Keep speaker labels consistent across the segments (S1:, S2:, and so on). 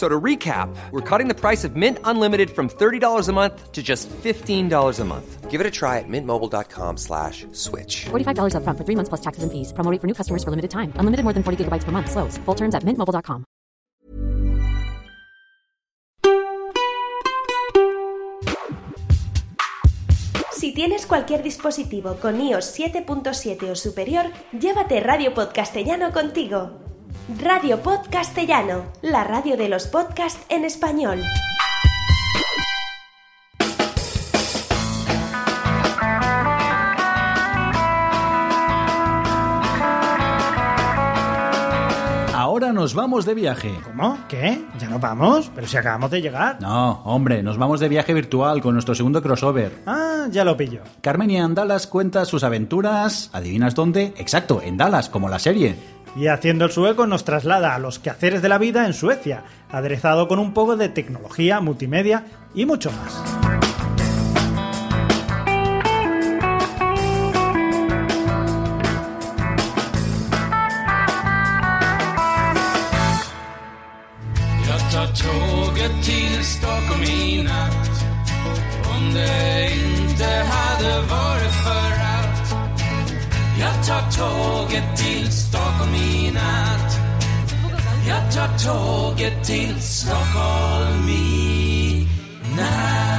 S1: So to recap, we're cutting the price of Mint Unlimited from $30 a month to just $15 a month. Give it a try at mintmobile.com slash switch.
S2: $45 up front for three months plus taxes and fees. Promote for new customers for limited time. Unlimited more than 40 gigabytes per month. Slows. Full terms at mintmobile.com.
S3: Si tienes cualquier dispositivo con iOS 7.7 o superior, llévate Radio Podcastellano contigo. Radio Podcastellano, la radio de los podcasts en español.
S4: Ahora nos vamos de viaje.
S5: ¿Cómo? ¿Qué? ¿Ya no vamos? Pero si acabamos de llegar.
S4: No, hombre, nos vamos de viaje virtual con nuestro segundo crossover.
S5: Ah, ya lo pillo.
S4: Carmenia en Dallas cuenta sus aventuras. ¿Adivinas dónde? Exacto, en Dallas, como la serie.
S5: Y haciendo el sueco nos traslada a los quehaceres de la vida en Suecia, aderezado con un poco de tecnología, multimedia y mucho más.
S6: Jag tar tåget till Stockholm i natt Om det inte hade varit för att Jag tar tåget till Stockholm i natt Jag tar tåget till Stockholm i natt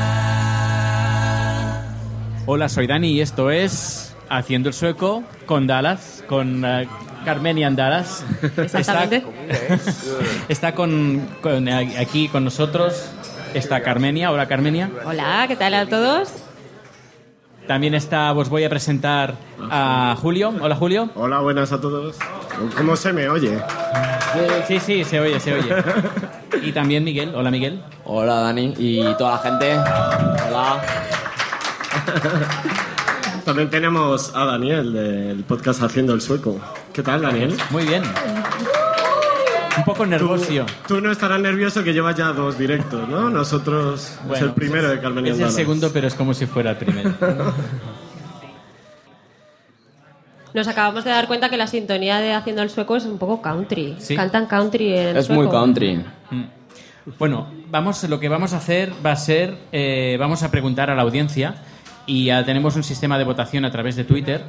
S7: Hola, soy Dani y esto es Haciendo el Sueco con Dallas, con eh, Carmenia en Dallas.
S8: Exactamente.
S7: Está, está con, con- eh, aquí con nosotros, está Carmenia. Hola, Carmenia.
S8: Hola, ¿qué tal a todos?
S7: También está, os voy a presentar a Julio. Hola, Julio.
S9: Hola, buenas a todos. ¿Cómo se me oye?
S7: Sí, sí, se oye, se oye. Y también Miguel. Hola, Miguel.
S10: Hola Dani y toda la gente. Hola.
S9: También tenemos a Daniel del podcast Haciendo el Sueco. ¿Qué tal, Daniel?
S7: Muy bien. Un poco nervioso.
S9: Tú no estarás nervioso que llevas ya dos directos, ¿no? Nosotros es
S7: Bueno, pues
S9: el primero de Carmen y
S7: Es el
S9: Andana.
S7: segundo, pero es como si fuera el primero.
S8: Nos acabamos de dar cuenta que la sintonía de Haciendo el Sueco es un poco country.
S7: Sí.
S8: Cantan country en
S10: Es
S8: sueco.
S10: muy country.
S7: Mm. Bueno, vamos, lo que vamos a hacer va a ser, eh, vamos a preguntar a la audiencia y ya tenemos un sistema de votación a través de Twitter.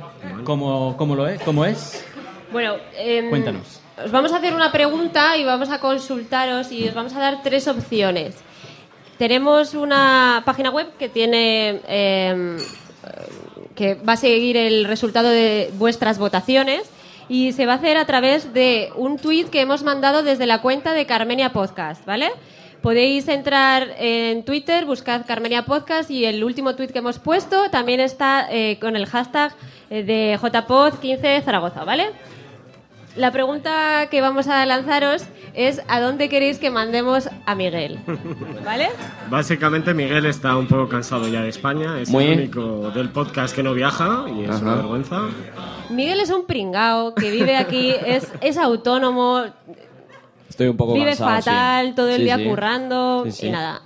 S7: ¿Cómo, cómo lo es? ¿Cómo es?
S8: Bueno, em,
S7: Cuéntanos.
S8: Os vamos a hacer una pregunta y vamos a consultaros y os vamos a dar tres opciones. Tenemos una página web que tiene em, eh, que va a seguir el resultado de vuestras votaciones y se va a hacer a través de un tweet que hemos mandado desde la cuenta de Carmenia Podcast, ¿vale? Podéis entrar en Twitter, buscad Carmenia Podcast y el último tweet que hemos puesto también está eh, con el hashtag eh, de JPod15 Zaragoza, ¿vale? La pregunta que vamos a lanzaros es ¿a dónde queréis que mandemos a Miguel? ¿Vale?
S9: Básicamente Miguel está un poco cansado ya de España. Es
S10: Muy.
S9: el único del podcast que no viaja y es
S10: Ajá.
S9: una vergüenza.
S8: Miguel es un pringao que vive aquí, es, es autónomo,
S10: Estoy un poco
S8: vive
S10: cansado, sí.
S8: fatal, todo el
S10: Sí,
S8: día
S10: sí.
S8: currando
S10: Sí, sí.
S8: y nada.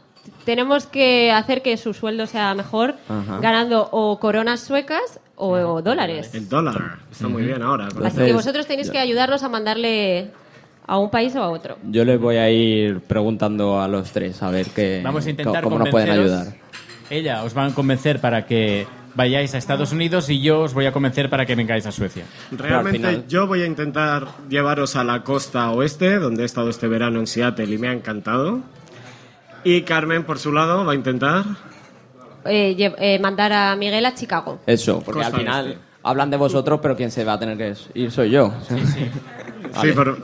S8: Tenemos que hacer que su sueldo sea mejor
S10: Ajá.
S8: ganando o coronas suecas o, o dólares.
S9: El dólar está muy bien ahora. con
S8: Así
S9: esto.
S8: que
S10: Entonces,
S8: vosotros tenéis
S10: ya.
S8: que ayudarnos a mandarle a un país o a otro.
S10: Yo les voy a ir preguntando a los tres a ver qué
S7: Vamos a intentar
S10: cómo nos pueden
S7: convenceros.
S10: ayudar.
S7: Ella os va a convencer para que vayáis a Estados Unidos y yo os voy a convencer para que vengáis a Suecia.
S9: Realmente
S10: Pero al final-
S9: yo voy a intentar llevaros a la costa oeste, donde he estado este verano en Seattle y me ha encantado. Y Carmen, por su lado, va a intentar...
S8: Eh, lle- eh, mandar a Miguel a Chicago.
S10: Eso, porque
S9: Costa
S10: al final
S9: Oeste.
S10: hablan de vosotros, pero quien se va a tener que ir soy yo.
S9: Sí, pero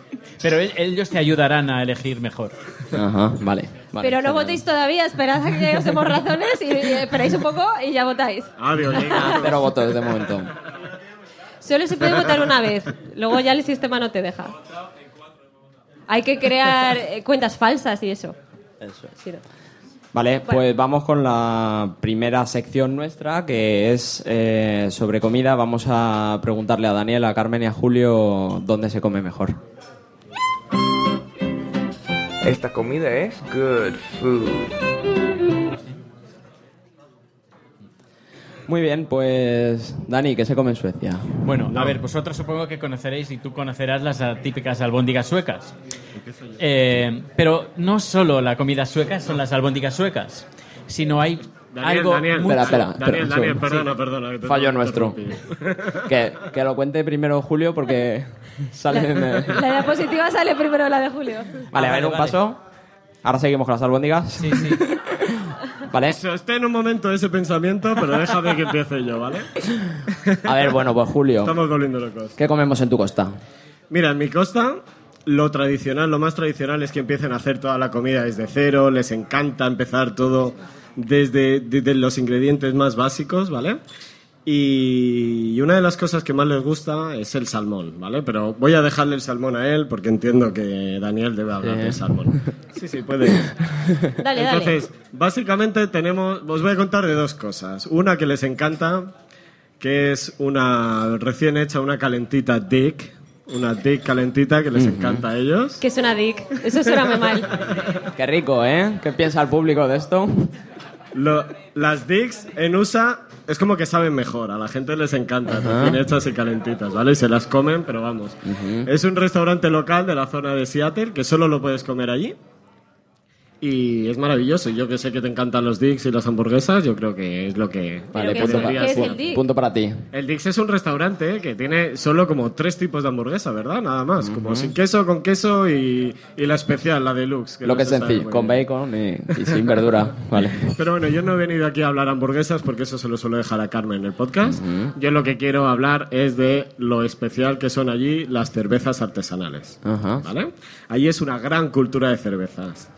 S5: Pero el- ellos te ayudarán a elegir mejor.
S7: Ajá, vale.
S8: Pero no votéis todavía, esperad a que os demos razones y eh, esperáis un poco y ya votáis.
S9: Adiós,
S7: Cero votos de momento.
S8: Solo se puede votar una vez, luego ya el sistema no te deja. Hay que crear eh, cuentas falsas y eso.
S7: Eso es.
S8: Sí, no.
S7: Vale, pues vamos con la primera sección nuestra, que es eh, sobre comida. Vamos a preguntarle a Daniel, a Carmen y a Julio dónde se come mejor.
S11: Esta comida es good food.
S7: Muy bien, pues Dani, ¿qué se come en Suecia?
S5: Bueno, a ver, vosotros supongo que conoceréis y tú conocerás las ah, típicas albóndigas suecas. Eh, pero no solo la comida sueca son las albóndigas suecas, sino hay
S9: Daniel,
S5: algo.
S9: Daniel,
S5: mucho-
S7: Espera, espera.
S9: Daniel,
S7: espera, un
S9: Daniel,
S7: segundo.
S9: perdona, perdona, que te
S7: Fallo
S9: te
S7: nuestro. Que, que lo cuente primero Julio porque sale... de-
S8: La diapositiva sale primero la de Julio.
S7: Vale, a ver, un paso. Ahora seguimos con las albóndigas. Sí, sí. Vale.
S9: Sostén un momento ese pensamiento, pero déjame que empiece yo, ¿vale?
S7: A ver, bueno, pues Julio.
S9: Estamos volviendo locos.
S7: ¿Qué comemos en tu costa?
S9: Mira, en mi costa, lo tradicional, lo más tradicional es que empiecen a hacer toda la comida desde cero, les encanta empezar todo desde, desde los ingredientes más básicos, ¿vale? Y y una de las cosas que más les gusta es el salmón, ¿vale? Pero voy a dejarle el salmón a él porque entiendo que Daniel debe hablar
S7: Sí.
S9: del salmón. Sí, sí, puede.
S8: Dale, dale.
S9: Entonces, básicamente tenemos, os voy a contar de dos cosas. Una que les encanta, que es una recién hecha, una calentita dick, una dick calentita que les encanta a ellos.
S8: Que suena Dick. Eso suena muy mal.
S7: Qué rico, ¿eh? ¿Qué piensa el público de esto?
S9: Lo- las dicks en USA es como que saben mejor, a la gente les encanta,
S7: Ajá.
S9: recién hechas y calentitas, ¿vale? Y se las comen, pero vamos. Es un restaurante local de la zona de Seattle que solo lo puedes comer allí. Y es maravilloso. Yo que sé que te encantan los dicks y las hamburguesas, yo creo que es lo que...
S7: Vale,
S9: que
S7: punto,
S9: debería
S7: para,
S9: ser.
S7: pu- punto para ti.
S9: El Dix es un restaurante que tiene solo como tres tipos de hamburguesa, ¿verdad? Nada más. Como sin queso, con queso y, y la especial, la deluxe.
S7: Lo
S9: no
S7: que es
S9: se sabe
S7: sencillo,
S9: muy
S7: con
S9: bien.
S7: bacon y, y sin verdura. Vale.
S9: Pero bueno, yo no he venido aquí a hablar hamburguesas porque eso se lo suelo dejar a Carmen en el podcast. Yo lo que quiero hablar es de lo especial que son allí las cervezas artesanales.
S7: Ajá.
S9: ¿Vale? Allí es una gran cultura de cervezas.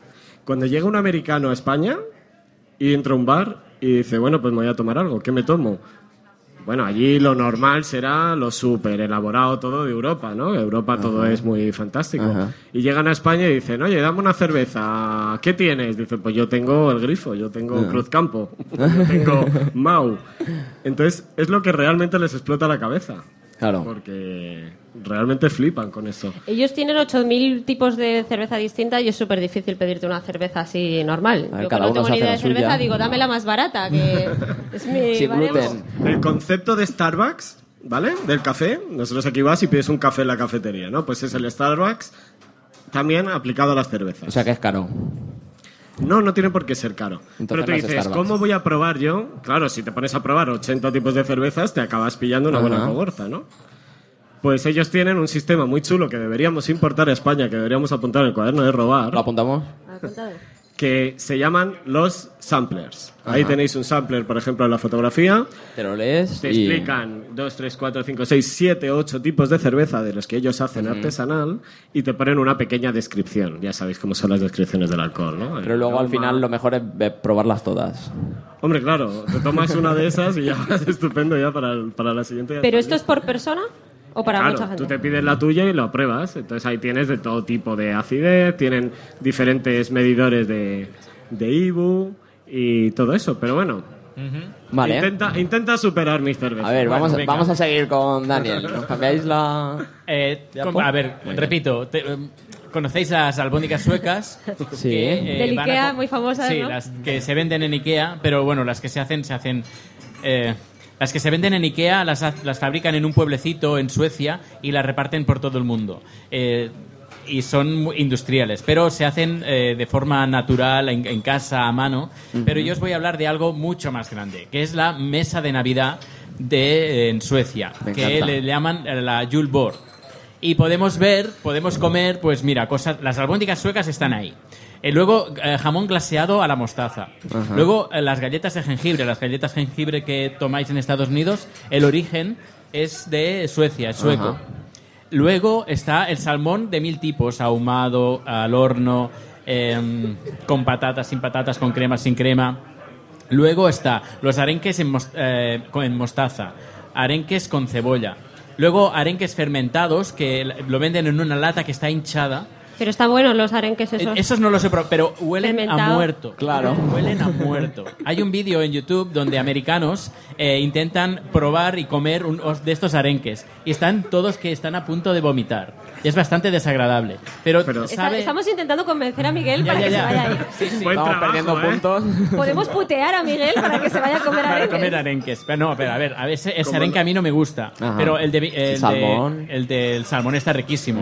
S9: Cuando llega un americano a España y entra a un bar y dice, bueno, pues me voy a tomar algo, ¿qué me tomo? Bueno, allí lo normal será lo súper elaborado todo de Europa, ¿no? Europa todo es muy fantástico.
S7: Ajá.
S9: Y llegan a España y dicen, oye, dame una cerveza, ¿qué tienes? Dicen, pues yo tengo el grifo, yo tengo
S7: Ah.
S9: Cruzcampo, yo tengo Mau. Entonces, es lo que realmente les explota la cabeza.
S7: Claro.
S9: Porque realmente flipan con eso.
S8: Ellos tienen 8.000 tipos de cerveza distinta y es súper difícil pedirte una cerveza así normal.
S7: A ver,
S8: Yo que
S7: cada
S8: no
S7: uno
S8: tengo
S7: se
S8: ni
S7: hace
S8: idea de
S7: la suya.
S8: cerveza, digo, dame la más barata, que es mi
S7: Sin
S8: baremo.
S7: gluten.
S9: El concepto de Starbucks, ¿vale? Del café. Nosotros aquí vas y pides un café en la cafetería, ¿no? Pues es el Starbucks también aplicado a las cervezas.
S7: O sea que es caro.
S9: No, no tiene por qué ser caro. Pero tú
S7: no es
S9: dices,
S7: Starbucks.
S9: ¿cómo voy a probar yo? Claro, si te pones a probar 80 tipos de cervezas, te acabas pillando una buena
S7: Ajá.
S9: cogorza, ¿no? Pues ellos tienen un sistema muy chulo que deberíamos importar a España, que deberíamos apuntar en el cuaderno de robar.
S7: ¿Lo apuntamos?
S9: que se llaman los samplers. Ahí
S7: Ajá.
S9: tenéis un sampler, por ejemplo, en la fotografía.
S7: Te lo lees
S9: Te
S7: y...
S9: explican 2, 3, 4, 5, 6, 7, 8 tipos de cerveza de los que ellos hacen artesanal y te ponen una pequeña descripción. Ya sabéis cómo son las descripciones del alcohol, ¿no? El
S7: Pero luego al
S9: aroma.
S7: final lo mejor es ve- probarlas todas.
S9: Hombre, claro, te tomas una de esas y ya vas estupendo ya para, el- para la siguiente. ya
S8: ¿Pero
S9: está
S8: esto es por persona o para
S9: claro,
S8: mucha gente?
S9: tú te pides la tuya y lo pruebas. Entonces ahí tienes de todo tipo de acidez, tienen diferentes medidores de, de IBU y todo eso. Pero bueno,
S7: Vale.
S9: intenta, intenta superar mis cervezas.
S7: A ver,
S9: Bueno,
S7: vamos, a-
S9: venga.
S7: vamos a seguir con Daniel. ¿Nos cambiáis la...?
S5: Eh,
S7: ¿Ya
S5: com-
S7: po?
S5: a ver,
S7: Venga.
S5: repito, te- em, conocéis las albóndigas suecas.
S7: Sí.
S8: Del
S5: Eh, van a
S8: Ikea,
S5: co-
S8: muy famosas,
S5: Sí,
S8: ¿no?
S5: las que se venden en Ikea, pero bueno, las que se hacen, se hacen. eh, las que se venden en Ikea las, ha- las fabrican en un pueblecito en Suecia y las reparten por todo el mundo. Eh, y son mu- industriales, pero se hacen eh, de forma natural, en, en casa, a mano. Pero yo os voy a hablar de algo mucho más grande, que es la mesa de Navidad de, eh, en Suecia,
S7: Me
S5: que
S7: encanta.
S5: le, le llaman eh, la Julbor. Y podemos ver, podemos comer, pues mira, cosas, las albóndigas suecas están ahí. Eh, luego, eh, jamón glaseado a la mostaza.
S7: Ajá.
S5: Luego, eh, las galletas de jengibre. Las galletas de jengibre que tomáis en Estados Unidos, el origen es de Suecia, es sueco.
S7: Ajá.
S5: Luego está el salmón de mil tipos, ahumado, al horno, em, con patatas, sin patatas, con crema, sin crema. Luego está los arenques en, mos- eh, con- en mostaza, arenques con cebolla. Luego arenques fermentados que l- lo venden en una lata que está hinchada.
S8: Pero están buenos los arenques
S5: Eh,
S8: esos.
S5: Esos no los he probado, pero huelen
S8: Fermentado.
S5: a muerto. Claro. Huelen a muerto. Hay un vídeo en YouTube donde americanos eh, intentan probar y comer un os- de estos arenques. Y están todos que están a punto de vomitar. Es bastante desagradable. Pero,
S8: Está-
S5: sabe...
S8: Estamos intentando convencer a Miguel para que
S5: ya,
S8: se
S5: ya.
S8: vaya ahí.
S5: Estamos perdiendo puntos.
S8: Podemos putear a Miguel para que se vaya a comer
S5: Para
S8: arenques.
S5: comer arenques. Pero no, pero a ver, a veces ese
S7: Como
S5: arenque
S7: no.
S5: a mí no me gusta.
S7: Ajá.
S5: Pero el de el de-
S7: Salmón.
S5: el del salmón está riquísimo.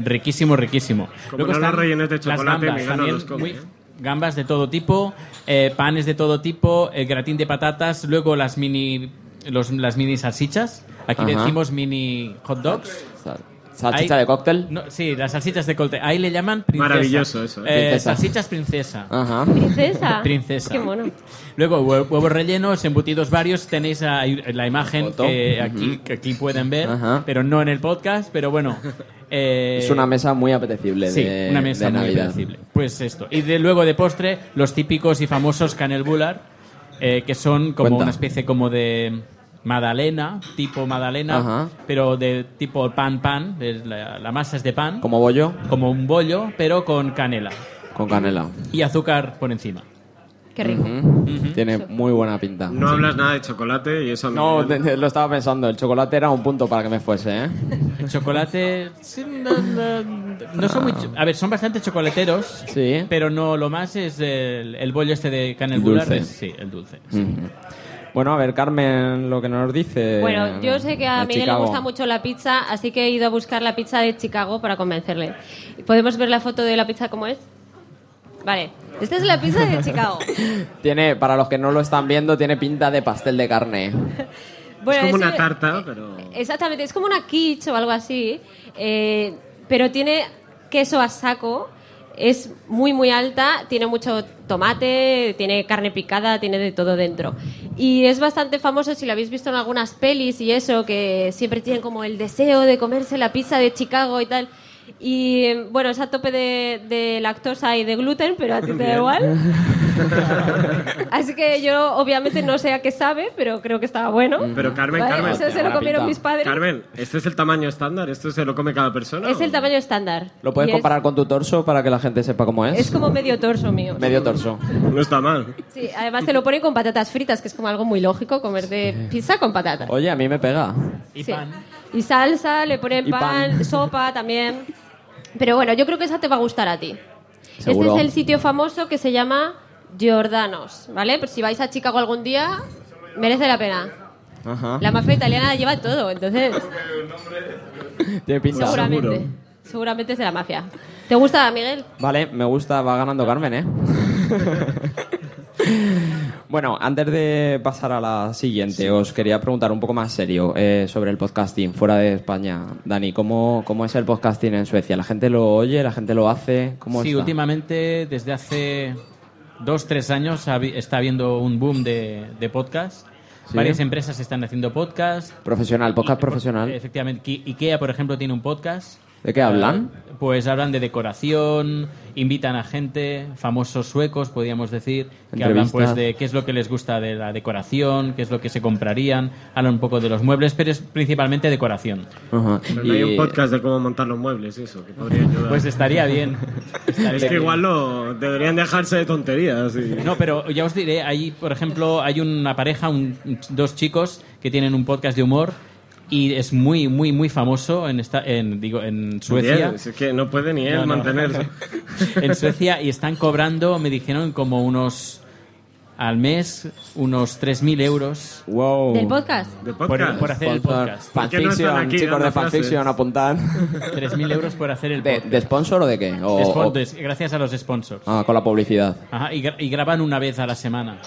S5: Riquísimo, riquísimo.
S9: Como no los rellenes de
S5: las
S9: chocolate,
S5: gambas
S9: Miguel no
S5: también,
S9: los come,
S5: muy-
S9: ¿eh?
S5: Gambas de todo tipo, eh, panes de todo tipo, el gratín de patatas, luego las mini los- las mini salsichas. Aquí le
S7: Ajá.
S5: decimos mini hot dogs.
S7: Salchicha de
S5: cóctel? sí, las salsichas de cóctel. Ahí le llaman princesa.
S7: Maravilloso eso, ¿eh?
S5: Eh,
S7: Princesa.
S5: Salsichas princesa.
S7: Ajá.
S8: Princesa.
S5: Princesa.
S8: Qué mono.
S5: Luego, hue- huevos rellenos, embutidos varios. Tenéis ahí la imagen
S7: Foto.
S5: que aquí, que aquí pueden ver, pero no en el podcast. Pero bueno. eh,
S7: es una mesa muy apetecible
S5: Sí,
S7: de,
S5: una mesa
S7: de
S5: muy
S7: Navidad.
S5: apetecible. Pues esto. Y de, luego de postre, los típicos y famosos canel bular, eh, que son como
S7: Cuenta.
S5: una especie como de magdalena, tipo magdalena,
S7: Ajá.
S5: pero de tipo pan pan, es la, la masa es de pan,
S7: Como bollo
S5: como un bollo, pero con canela
S7: con canela. Mm.
S5: y azúcar por encima.
S8: Qué rico.
S7: Tiene muy buena pinta.
S9: No hablas nada de chocolate y eso a mí
S7: No,
S9: me-
S7: te- te- lo estaba pensando. El chocolate era un punto para que me fuese, ¿eh?
S5: El chocolate. sí, no, no, no son muy.
S7: Ah.
S5: cho- A ver, son bastante chocolateros. Pero no, lo más es el, el bollo este de canel
S7: El dulce.
S5: bular, es- Sí, el dulce.
S7: Ujú. Bueno, a ver, Carmen, lo que nos dice.
S8: Bueno, yo sé que a
S7: de
S8: Miguel
S7: Chicago.
S8: le gusta mucho la pizza, así que he ido a buscar la pizza de Chicago para convencerle. ¿Podemos ver la foto de la pizza como es? Vale. Esta es la pizza de Chicago.
S7: Tiene, para los que no lo están viendo, tiene pinta de pastel de carne.
S8: Bueno, es-
S5: eh,
S7: tarta, pero.
S8: Exactamente, es como una quiche o algo así, eh, pero tiene queso a saco, es muy muy alta, tiene mucho tomate, tiene carne picada, tiene de todo dentro. Y es bastante famoso si lo habéis visto en algunas pelis y eso, que siempre tienen como el deseo de comerse la pizza de Chicago y tal. Y eh, bueno, es a tope de, de lactosa y de gluten, pero a ti te da
S12: Bien.
S8: igual. Así que yo obviamente no sé a qué sabe, pero creo que estaba bueno.
S5: eh,
S9: Pero Carmen,
S8: Vale,
S9: Carmen.
S8: Eso se lo comieron mis padres.
S9: Carmen, ¿este es el tamaño estándar? ¿Esto se lo come cada persona?
S8: Es el tamaño estándar.
S7: ¿Lo puedes
S8: Y es-
S7: comparar con tu torso para que la gente sepa cómo es?
S8: Es como medio torso mío.
S7: Medio torso.
S9: No está mal.
S8: Sí, además te lo ponen con patatas fritas, que es como algo muy lógico comer de pizza con patatas.
S7: Oye, a mí me pega.
S8: Sí. Y salsa, le ponen
S7: Y
S8: pan,
S7: pan.
S8: sopa también. Pero bueno, yo creo que esa te va a gustar a ti.
S7: Seguro.
S8: Este es el sitio famoso que se llama Giordano's, ¿vale? Por si vais a Chicago algún día, merece la pena.
S7: Ajá.
S8: La mafia italiana lleva todo, entonces
S7: Tiene pinta.
S8: seguramente, seguramente es de la mafia. ¿Te gusta, Miguel?
S7: Vale, me gusta, va ganando Carmen, ¿eh? bueno, antes de pasar a la siguiente, os quería preguntar un poco más serio eh, sobre el podcasting fuera de España. Dani, ¿cómo, ¿cómo es el podcasting en Suecia? ¿La gente lo oye? ¿La gente lo hace? ¿Cómo
S5: sí,
S7: está?
S5: últimamente, desde hace dos, tres años, habi- está habiendo un boom de, de podcast.
S7: Sí.
S5: Varias eh, empresas están haciendo podcast.
S7: Profesional, podcast
S5: por-
S7: profesional.
S5: Efectivamente. Ki- IKEA, por ejemplo, tiene un podcast.
S7: ¿De qué hablan?
S5: Eh, pues hablan de decoración, invitan a gente, famosos suecos, podríamos decir, que hablan pues
S7: Entrevistas.
S5: de qué es lo que les gusta de la decoración, qué es lo que se comprarían, hablan un poco de los muebles, pero es principalmente decoración.
S7: Ajá.
S9: Pero no hay un
S5: Y-
S9: podcast de cómo montar los muebles, eso, que podría ayudar.
S5: Pues estaría bien. Estaría
S9: es que
S5: bien.
S9: igual lo deberían dejarse de tonterías. y-
S5: No, pero ya os diré, hay, por ejemplo, hay una pareja, un- dos chicos que tienen un podcast de humor y es muy, muy, muy famoso en, esta, en, digo, en Suecia.
S9: Bien, es que no puede ni él
S5: pues No, no.
S9: mantenerse.
S5: en Suecia y están cobrando, me dijeron, como unos al mes, unos 3.000 euros.
S7: Wow.
S8: ¿Del podcast?
S5: Por, por hacer el podcast.
S7: Fanfiction, chicos de fanfiction, apuntad.
S5: 3.000 euros por hacer el
S7: ¿De,
S5: podcast.
S7: de sponsor o de qué? O-
S5: De
S7: o-
S5: spon- de- gracias a los sponsors.
S7: Ah, con la publicidad.
S5: Ajá, y, gra- y graban una vez a la semana.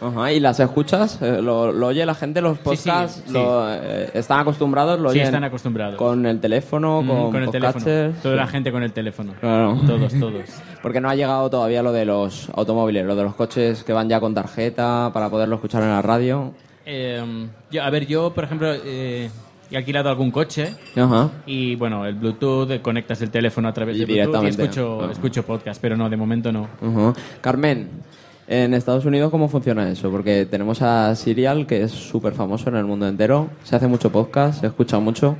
S7: Ajá, ¿y las escuchas? Eh, ¿Lo, lo oye la gente? ¿Los
S5: Sí, sí,
S7: podcasts
S5: sí.
S7: lo, eh, están acostumbrados? Lo
S5: Sí,
S7: oyen
S5: están acostumbrados.
S7: ¿Con el teléfono?
S5: Mm,
S7: ¿Con,
S5: con el teléfono.
S7: podcasters?
S5: Toda la gente con el teléfono.
S7: Claro.
S5: Todos, todos.
S7: Porque no ha llegado todavía lo de los automóviles, lo de los coches que van ya con tarjeta para poderlo escuchar en la radio.
S5: Em, Eh, yo- a ver, yo, por ejemplo, eh, y alquilado algún coche.
S7: Ajá.
S5: Y bueno, el Bluetooth, eh, conectas el teléfono a través
S7: Y
S5: de Bluetooth y
S7: directamente.
S5: escucho,
S7: Ajá.
S5: escucho podcast, pero no, de momento no.
S7: Ujú. Carmen, en Estados Unidos, ¿cómo funciona eso? Porque tenemos a Serial, que es súper famoso en el mundo entero. Se hace mucho podcast, se escucha mucho.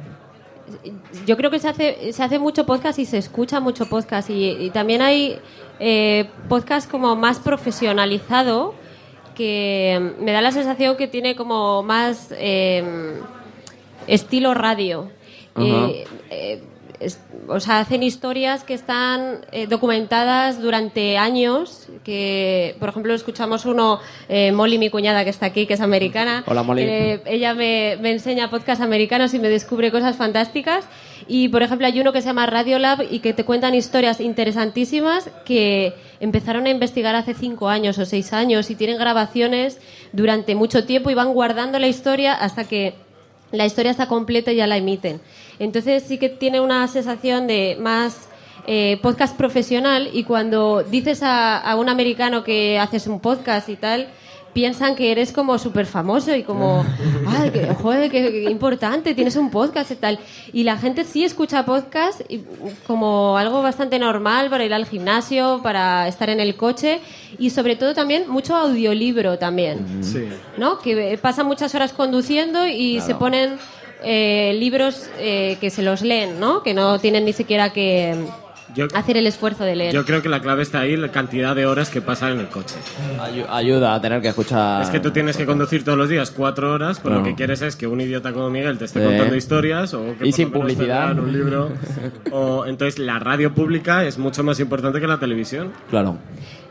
S8: yo creo que se hace, se hace mucho podcast y se escucha mucho podcast. Y, y también hay eh, podcast como más profesionalizado que mm, me da la sensación que tiene como más eh, estilo radio.
S12: Ajá.
S8: Eh, eh, es- o sea, hacen historias que están eh, documentadas durante años, que por ejemplo escuchamos uno, eh, Molly, mi cuñada que está aquí, que es americana.
S7: Hola, Molly.
S8: Eh, ella me, me enseña podcasts americanos y me descubre cosas fantásticas. Y por ejemplo hay uno que se llama Radiolab y que te cuentan historias interesantísimas que empezaron a investigar hace cinco años o seis años y tienen grabaciones durante mucho tiempo y van guardando la historia hasta que la historia está completa y ya la emiten. Entonces sí que tiene una sensación de más eh, podcast profesional y cuando dices a, a un americano que haces un podcast y tal, piensan que eres como súper famoso y como, ay, que, joder, qué, qué importante, tienes un podcast y tal. Y la gente sí escucha podcast y- como algo bastante normal para ir al gimnasio, para estar en el coche y sobre todo también mucho audiolibro también.
S9: Sí.
S8: ¿no? Que eh, pasan muchas horas conduciendo y
S9: Claro.
S8: se ponen eh, libros eh, que se los leen, ¿no? Que no tienen ni siquiera que
S9: Yo,
S8: hacer el esfuerzo de leer.
S9: yo creo que la clave está ahí, la cantidad de horas que pasan en el coche.
S7: ayuda a tener que escuchar.
S9: Es que tú tienes que conducir todos los días cuatro horas, pero
S7: No.
S9: lo que quieres es que un idiota como Miguel te esté
S7: Sí.
S9: contando historias o que
S7: Y
S9: por
S7: sin
S9: lo menos te
S7: publicidad.
S9: lean un libro. O, entonces la radio pública es mucho más importante que la televisión.
S7: Claro.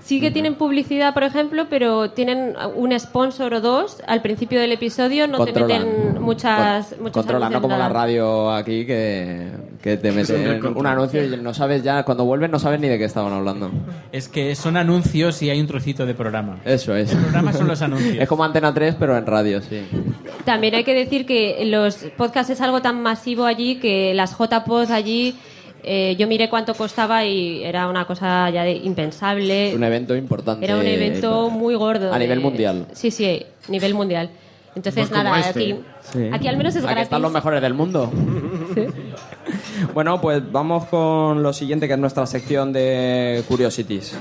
S8: Sí que tienen publicidad, por ejemplo, pero tienen un sponsor o dos al principio del episodio, no
S7: Controlan.
S8: te meten muchas...
S7: Con-
S8: muchos
S7: Controlan, no
S8: anuncios,
S7: como la
S8: nada.
S7: radio aquí que, que te meten
S5: control.
S7: un anuncio y no sabes ya, cuando vuelves no sabes ni de qué estaban hablando.
S5: Es que son anuncios y hay un trocito de programa.
S7: Eso es. El
S5: programa son los anuncios.
S7: Es como Antena 3, pero en radio, sí.
S8: También hay que decir que los podcasts es algo tan masivo allí que las J-Pod allí... eh, yo miré cuánto costaba y era una cosa ya de- impensable.
S7: Un evento importante.
S8: Eh, Era un evento muy gordo.
S7: A
S8: de-
S7: nivel mundial.
S8: Sí, sí, nivel mundial. Entonces,
S7: Pues como
S8: nada,
S7: este.
S8: aquí, aquí al menos es
S7: Aquí
S8: gratis.
S7: están los mejores del mundo. Bueno, pues vamos con lo siguiente, que es nuestra sección de Curiosities.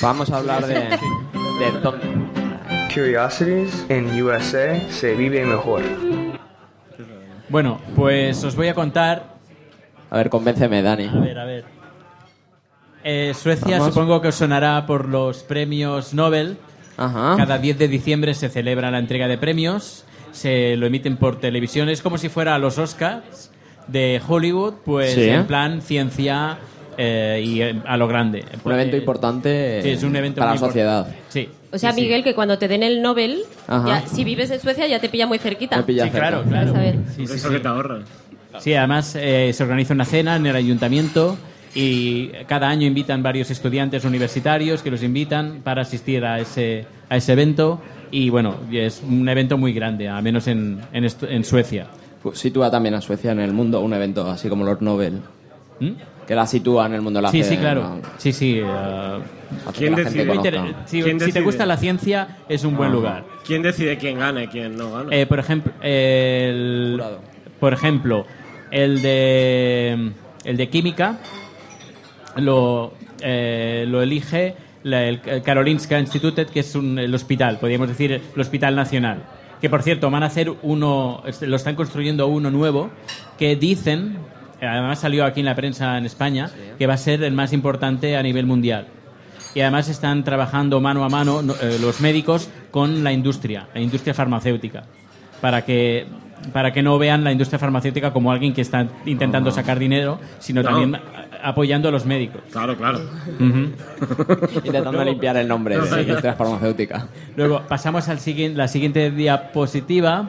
S7: Vamos a hablar de... de don-
S11: Curiosities en USA se vive mejor.
S5: Bueno, pues os voy a contar.
S7: A ver, convénceme, Dani.
S5: A ver, a ver. Eh, Suecia
S7: Vamos.
S5: supongo que os sonará por los premios Nobel. Cada 10 de diciembre se celebra la entrega de premios, se lo emiten por televisión, es como si fuera los Oscars de Hollywood, pues
S7: Sí.
S5: en plan ciencia eh, y eh, a lo grande.
S7: Un evento importante
S5: Sí, es un evento
S7: para la
S5: muy
S7: sociedad.
S5: importante. Sí.
S8: O sea,
S5: Sí, sí.
S8: Miguel, que cuando te den el Nobel,
S5: Ajá.
S8: ya- si vives en Suecia ya te pilla muy cerquita.
S5: Me pilla Sí, cerca. claro, claro.
S8: Vas a ver.
S5: Sí, sí,
S9: eso
S5: sí.
S9: que te ahorra.
S5: Sí, además eh, se organiza una cena en el ayuntamiento y cada año invitan varios estudiantes universitarios que los invitan para asistir a ese, a ese evento y bueno, es un evento muy grande, al menos en, en, estu- en Suecia.
S7: Pues sitúa también a Suecia en el mundo un evento así como los Nobel. Que la sitúa en el mundo. La
S5: ¿Mm? Sí,
S7: hace-
S5: sí, claro.
S7: la-
S5: Sí, sí. eh,
S7: hace que la gente conozca.
S5: Si,
S9: ¿Quién
S5: si te
S9: decide?
S5: gusta la ciencia, es un buen lugar.
S9: ¿Quién decide quién gana y quién no gana?
S5: Eh, por ejemplo, el, por ejemplo, el de el de química lo eh, lo elige la- el Karolinska Institutet, que es un, el hospital, podríamos decir el hospital nacional. Que por cierto van a hacer uno, este, lo están construyendo uno nuevo que dicen, además salió aquí en la prensa en España, que va a ser el más importante a nivel mundial y además están trabajando mano a mano no- eh, los médicos con la industria, la industria farmacéutica, para que para que no vean la industria farmacéutica como alguien que está intentando
S9: Ah.
S5: sacar dinero, sino
S9: No.
S5: también a- apoyando a los médicos.
S9: Claro, claro.
S7: Intentando limpiar el nombre de la industria farmacéutica.
S5: Luego pasamos al siguiente, la siguiente diapositiva.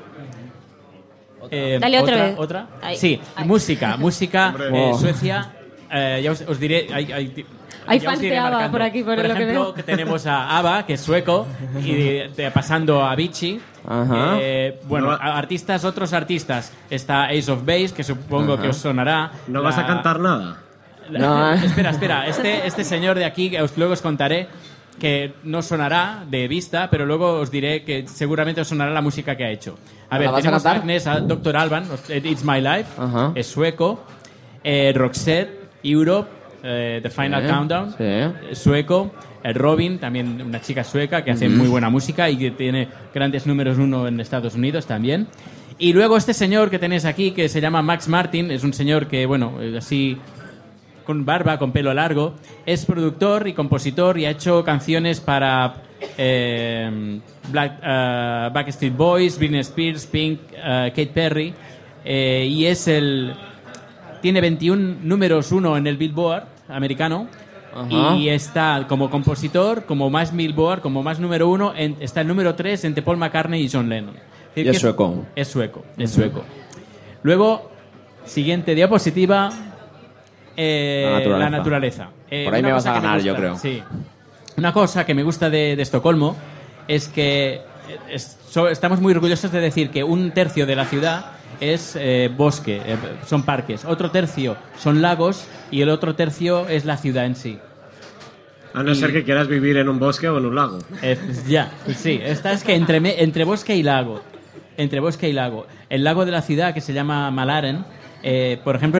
S5: Eh,
S8: Dale otra vez.
S5: ¿Otra?
S8: Ahí.
S5: Sí, música, música,
S8: Hombre.
S5: eh,
S8: Oh.
S5: Suecia. eh, ya os, os diré. Hay, hay,
S8: Hay
S5: ya os
S8: fans
S5: iré
S8: de ABBA
S5: marcando.
S8: por aquí, por lo que
S5: ejemplo,
S8: veo.
S5: tenemos a ABBA, que es sueco, y de- de- pasando a Vichy.
S7: Ajá.
S5: Eh, bueno,
S9: No.
S5: a- artistas, otros artistas. Está Ace of Base, que supongo
S9: Ajá.
S5: que os sonará.
S9: ¿No
S5: La-
S9: vas a cantar nada?
S5: la-
S9: No, ¿eh?
S5: Espera, espera. Este, este señor de aquí, que os, luego os contaré, que no sonará de vista, pero luego os diré que seguramente os sonará la música que ha hecho. A
S7: ¿La
S5: ver,
S7: vas a
S5: tenemos a
S7: cantar?
S5: Agnes, a Dr. Alban, It's My Life, es sueco, eh, Roxette, Europe, eh, The Final
S7: Sí,
S5: Countdown,
S7: sí.
S5: eh, sueco, eh, Robin, también una chica sueca que hace
S7: Ujú.
S5: muy buena música y que tiene grandes números uno en Estados Unidos también. Y luego este señor que tenéis aquí, que se llama Max Martin, es un señor que, bueno, eh, así con barba, con pelo largo, es productor y compositor y ha hecho canciones para eh, Black- eh, Backstreet Boys, Britney Spears, Pink, eh, Kate Perry eh, y es el tiene 21 números uno en el Billboard americano
S7: Ajá.
S5: y está como compositor, como más Billboard, como más número uno, en- está el número tres entre Paul McCartney y John Lennon.
S7: Y
S5: decir,
S7: es
S5: que
S7: sueco.
S5: Es sueco, es sueco. Luego, siguiente diapositiva, eh,
S7: La naturaleza.
S5: la naturaleza. Eh,
S7: Por ahí
S5: una
S7: me vas
S5: cosa
S7: a
S5: que
S7: ganar, yo
S5: gusta,
S7: creo.
S5: Sí. Una cosa que me gusta de, de Estocolmo es que eh, es- so- estamos muy orgullosos de decir que un tercio de la ciudad es eh, bosque, eh, son parques, otro tercio son lagos y el otro tercio es la ciudad en sí.
S9: A no
S5: Y-
S9: ser que quieras vivir en un bosque o en un lago.
S5: Eh, ya, sí. Esta es que entre, me- entre bosque y lago. Entre bosque y lago. El lago de la ciudad que se llama Malaren, eh, por ejemplo,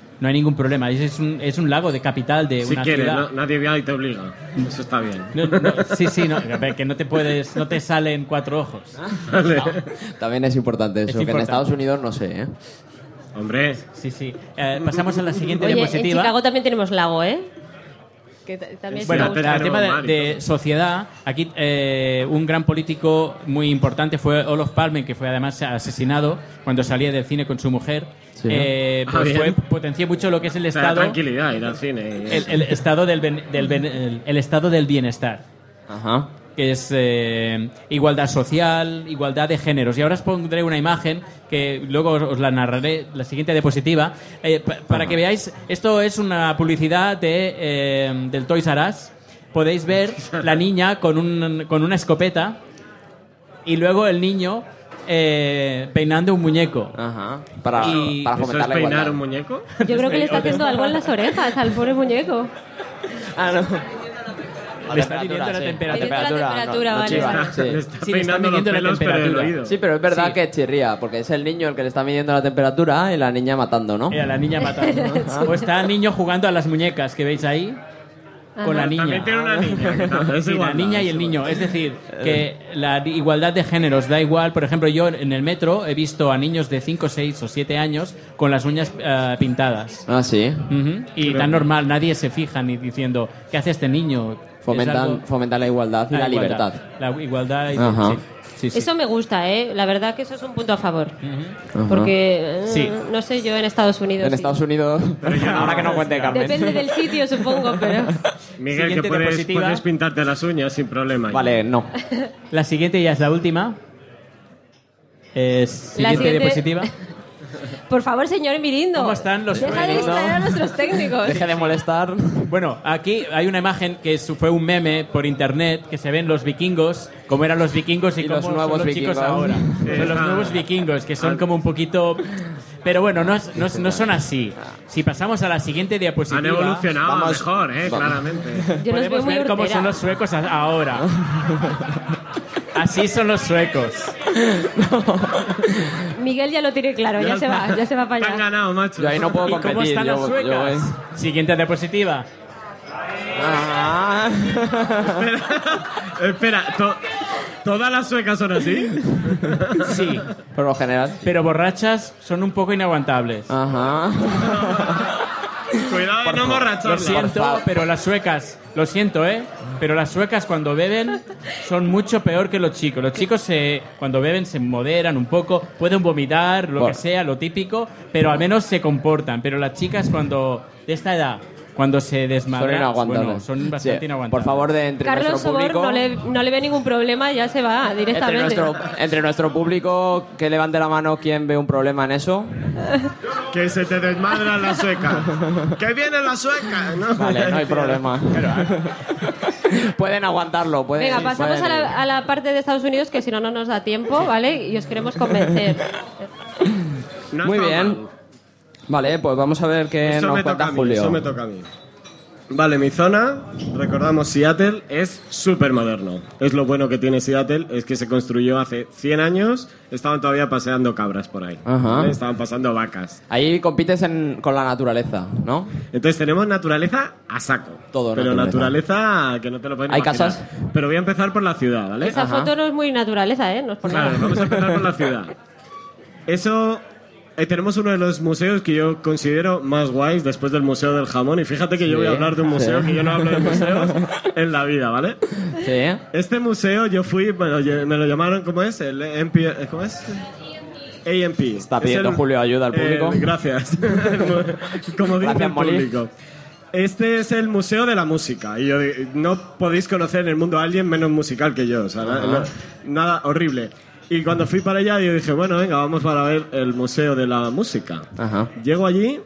S5: No hay ningún problema. Es- Es un, es un lago de capital de
S9: Si
S5: una
S9: quieres,
S5: ciudad.
S9: no- nadie va y te obliga. Eso está bien.
S5: No, no, sí, sí, no, a ver, que no te puedes, no te salen cuatro ojos.
S7: Ah. No, También es importante eso, que en
S5: importante.
S7: Estados Unidos no sé, ¿eh?
S9: Hombre.
S5: Sí, sí. Eh, pasamos a la siguiente
S8: Oye, en
S5: diapositiva.
S8: Chicago también tenemos lago, ¿eh? Que ta- también
S5: Bueno,
S8: se me gusta.
S5: el tema de, de sociedad, aquí eh, un gran político muy importante fue Olof Palme, que fue además asesinado cuando salía del cine con su mujer.
S9: Sí.
S5: Eh,
S9: Ah,
S5: pues
S9: bien.
S5: fue- potenció mucho lo que es el
S9: Te da
S5: estado, el,
S9: tranquilidad ir al cine. y eso.
S5: el estado del, ben- del ben- el- el estado del bienestar. Que es eh, igualdad social, igualdad de géneros. Y ahora os pondré una imagen que luego os, os la narraré, la siguiente diapositiva, eh, pa- para que veáis. Esto es una publicidad de, eh, del Toys R Us. Podéis ver la niña con, un- con una escopeta y luego el niño eh, peinando un muñeco.
S7: Para-
S5: Y-
S7: para fomentar la igualdad.
S9: muñeco?
S8: Yo creo que le está haciendo algo en las orejas al pobre muñeco.
S7: Ah, no.
S5: Le está midiendo la temperatura.
S8: temperatura, vale, Ah, vale.
S7: Sí.
S8: Le
S9: está Sí, le está peinando los midiendo la pelos, pero del temperatura. oído.
S7: Sí, pero es verdad
S9: Sí.
S7: que chirría, porque es el niño el que le está midiendo la temperatura y la niña matando, ¿no?
S5: Y a la niña matando.
S7: Ah.
S5: O está el niño jugando a las muñecas que veis ahí. Con la
S7: Ajá.
S5: niña.
S7: También tiene una niña, que también es
S5: Sí, la
S7: igualdad,
S5: niña y el niño. Es decir, que la igualdad de géneros da igual. Por ejemplo, yo en el metro he visto a niños de 5, 6 o 7 años con las uñas eh, pintadas.
S7: Ah, sí.
S5: Ujú. Y tan normal, nadie se fija ni diciendo, ¿qué hace este niño? Es algo-
S7: Fomentan, fomentan la igualdad y la,
S5: igualdad.
S7: libertad.
S5: La igualdad y
S7: Ajá.
S5: sí, sí.
S8: Eso me gusta, ¿eh? La verdad que eso es un punto a favor.
S7: Ajá.
S8: Porque, eh,
S7: Sí.
S8: no sé, yo en Estados Unidos...
S7: En
S8: sí.
S7: Estados Unidos. Ahora que no cuente Carmen.
S8: Depende del sitio, supongo, pero...
S9: Miguel, que
S5: Siguiente
S9: puedes,
S5: diapositiva.
S9: puedes pintarte las uñas sin problema.
S7: Vale, no.
S5: La siguiente ya es la última. Es
S8: La
S5: siguiente
S8: siguiente-
S5: diapositiva.
S8: Por favor, señor Mirindo.
S5: ¿Cómo están los
S8: Deja de
S5: sueños?
S8: distraer a nuestros técnicos.
S5: de molestar. Bueno, aquí hay una imagen que su- fue un meme por internet que se ven los vikingos, cómo eran los vikingos y,
S7: Y
S5: cómo
S7: los
S5: son
S7: nuevos
S5: los
S7: vikingos.
S5: chicos ahora.
S7: Sí.
S5: Son los nuevos vikingos, que son como un poquito... Pero bueno, no, es- no es- no son así. Si pasamos a la siguiente diapositiva...
S9: Han evolucionado
S5: Vamos-
S9: mejor, eh,
S5: va-
S9: claramente.
S8: Yo los veo
S5: Podemos
S8: muy
S5: ver cómo
S8: hortera.
S5: son los suecos a- ahora. Así son los suecos.
S8: Miguel ya lo tiene claro, ya se va, ya se va para allá.
S9: ganado, macho.
S7: Yo ahí no puedo
S5: ¿Y
S7: competir.
S5: cómo están
S7: yo-
S5: las
S7: yo-
S5: suecas? Siguiente diapositiva.
S9: Espera, to- ¿todas las suecas son así?
S5: Sí.
S7: Por lo general.
S5: Pero borrachas son un poco inaguantables.
S7: Ajá.
S9: Cuidado, no
S5: Lo
S9: emborracharlas.
S5: siento, pero las suecas, lo siento, ¿eh? Pero las suecas cuando beben son mucho peor que los chicos. Los chicos se, cuando beben se moderan un poco, pueden vomitar, lo
S7: Por-
S5: que sea, lo típico, pero al menos se comportan. Pero las chicas cuando, de esta edad, cuando se
S7: Son
S5: desmadran,
S7: inaguantables.
S5: bueno, son bastante
S7: Sí.
S5: inaguantables.
S7: Por favor, de entre
S8: Carlos
S7: nuestro
S8: Sobor
S7: público.
S8: no le, no le ve ningún problema, ya se va
S7: Entre
S8: directamente.
S7: nuestro, entre nuestro público, que levante la mano quien ve un problema en eso.
S9: Que se te desmadran las suecas. que viene la sueca, ¿no? ah.
S7: Vale, no hay problema. pueden aguantarlo, pueden.
S8: Venga, pasamos a
S7: pueden-
S8: la, a la parte de Estados Unidos que si no, no nos da tiempo, ¿vale? Y os queremos convencer.
S7: Muy
S9: está
S7: bien. Vale, pues vamos a ver qué
S9: Eso
S7: nos
S9: me toca
S7: cuenta
S9: a mí,
S7: Julio.
S9: eso me toca a mí. Vale, mi zona, recordamos, Seattle es súper moderno. Es lo bueno que tiene Seattle, es que se construyó hace 100 años, estaban todavía paseando cabras por ahí.
S7: Ajá.
S9: ¿vale? Estaban pasando vacas.
S7: Ahí compites en- con la naturaleza, ¿no?
S9: Entonces tenemos naturaleza a saco.
S7: Todo
S9: Pero
S7: naturaleza.
S9: naturaleza que no te lo pueden
S7: Hay
S9: imaginar.
S7: casas.
S9: Pero voy a empezar por la ciudad, ¿vale?
S8: Esa foto no es muy naturaleza, ¿eh? No es por
S9: Claro,
S8: nada.
S9: vamos a empezar por la ciudad. Eso. eh, tenemos uno de los museos que yo considero más guays después del Museo del Jamón. Y fíjate que yo
S7: Sí,
S9: voy a hablar de un museo
S7: sí.
S9: que yo no hablo de museos en la vida, ¿vale?
S7: Sí.
S9: Este museo yo fui, me lo, lle- me lo llamaron, ¿cómo es? El MP, eh, ¿Cómo es? E AMP.
S7: E Está pidiendo Julio ayuda al público.
S9: Eh, gracias. Como dice
S7: Gracias,
S9: el
S7: Molly.
S9: público. Este es el Museo de la Música. Y yo di- no podéis conocer en el mundo a alguien menos musical que yo. O sea, na-
S7: Ajá.
S9: na- nada horrible. Y cuando fui para allá, yo dije, bueno, venga, vamos para ver el Museo de la Música.
S7: Ajá.
S9: Llego allí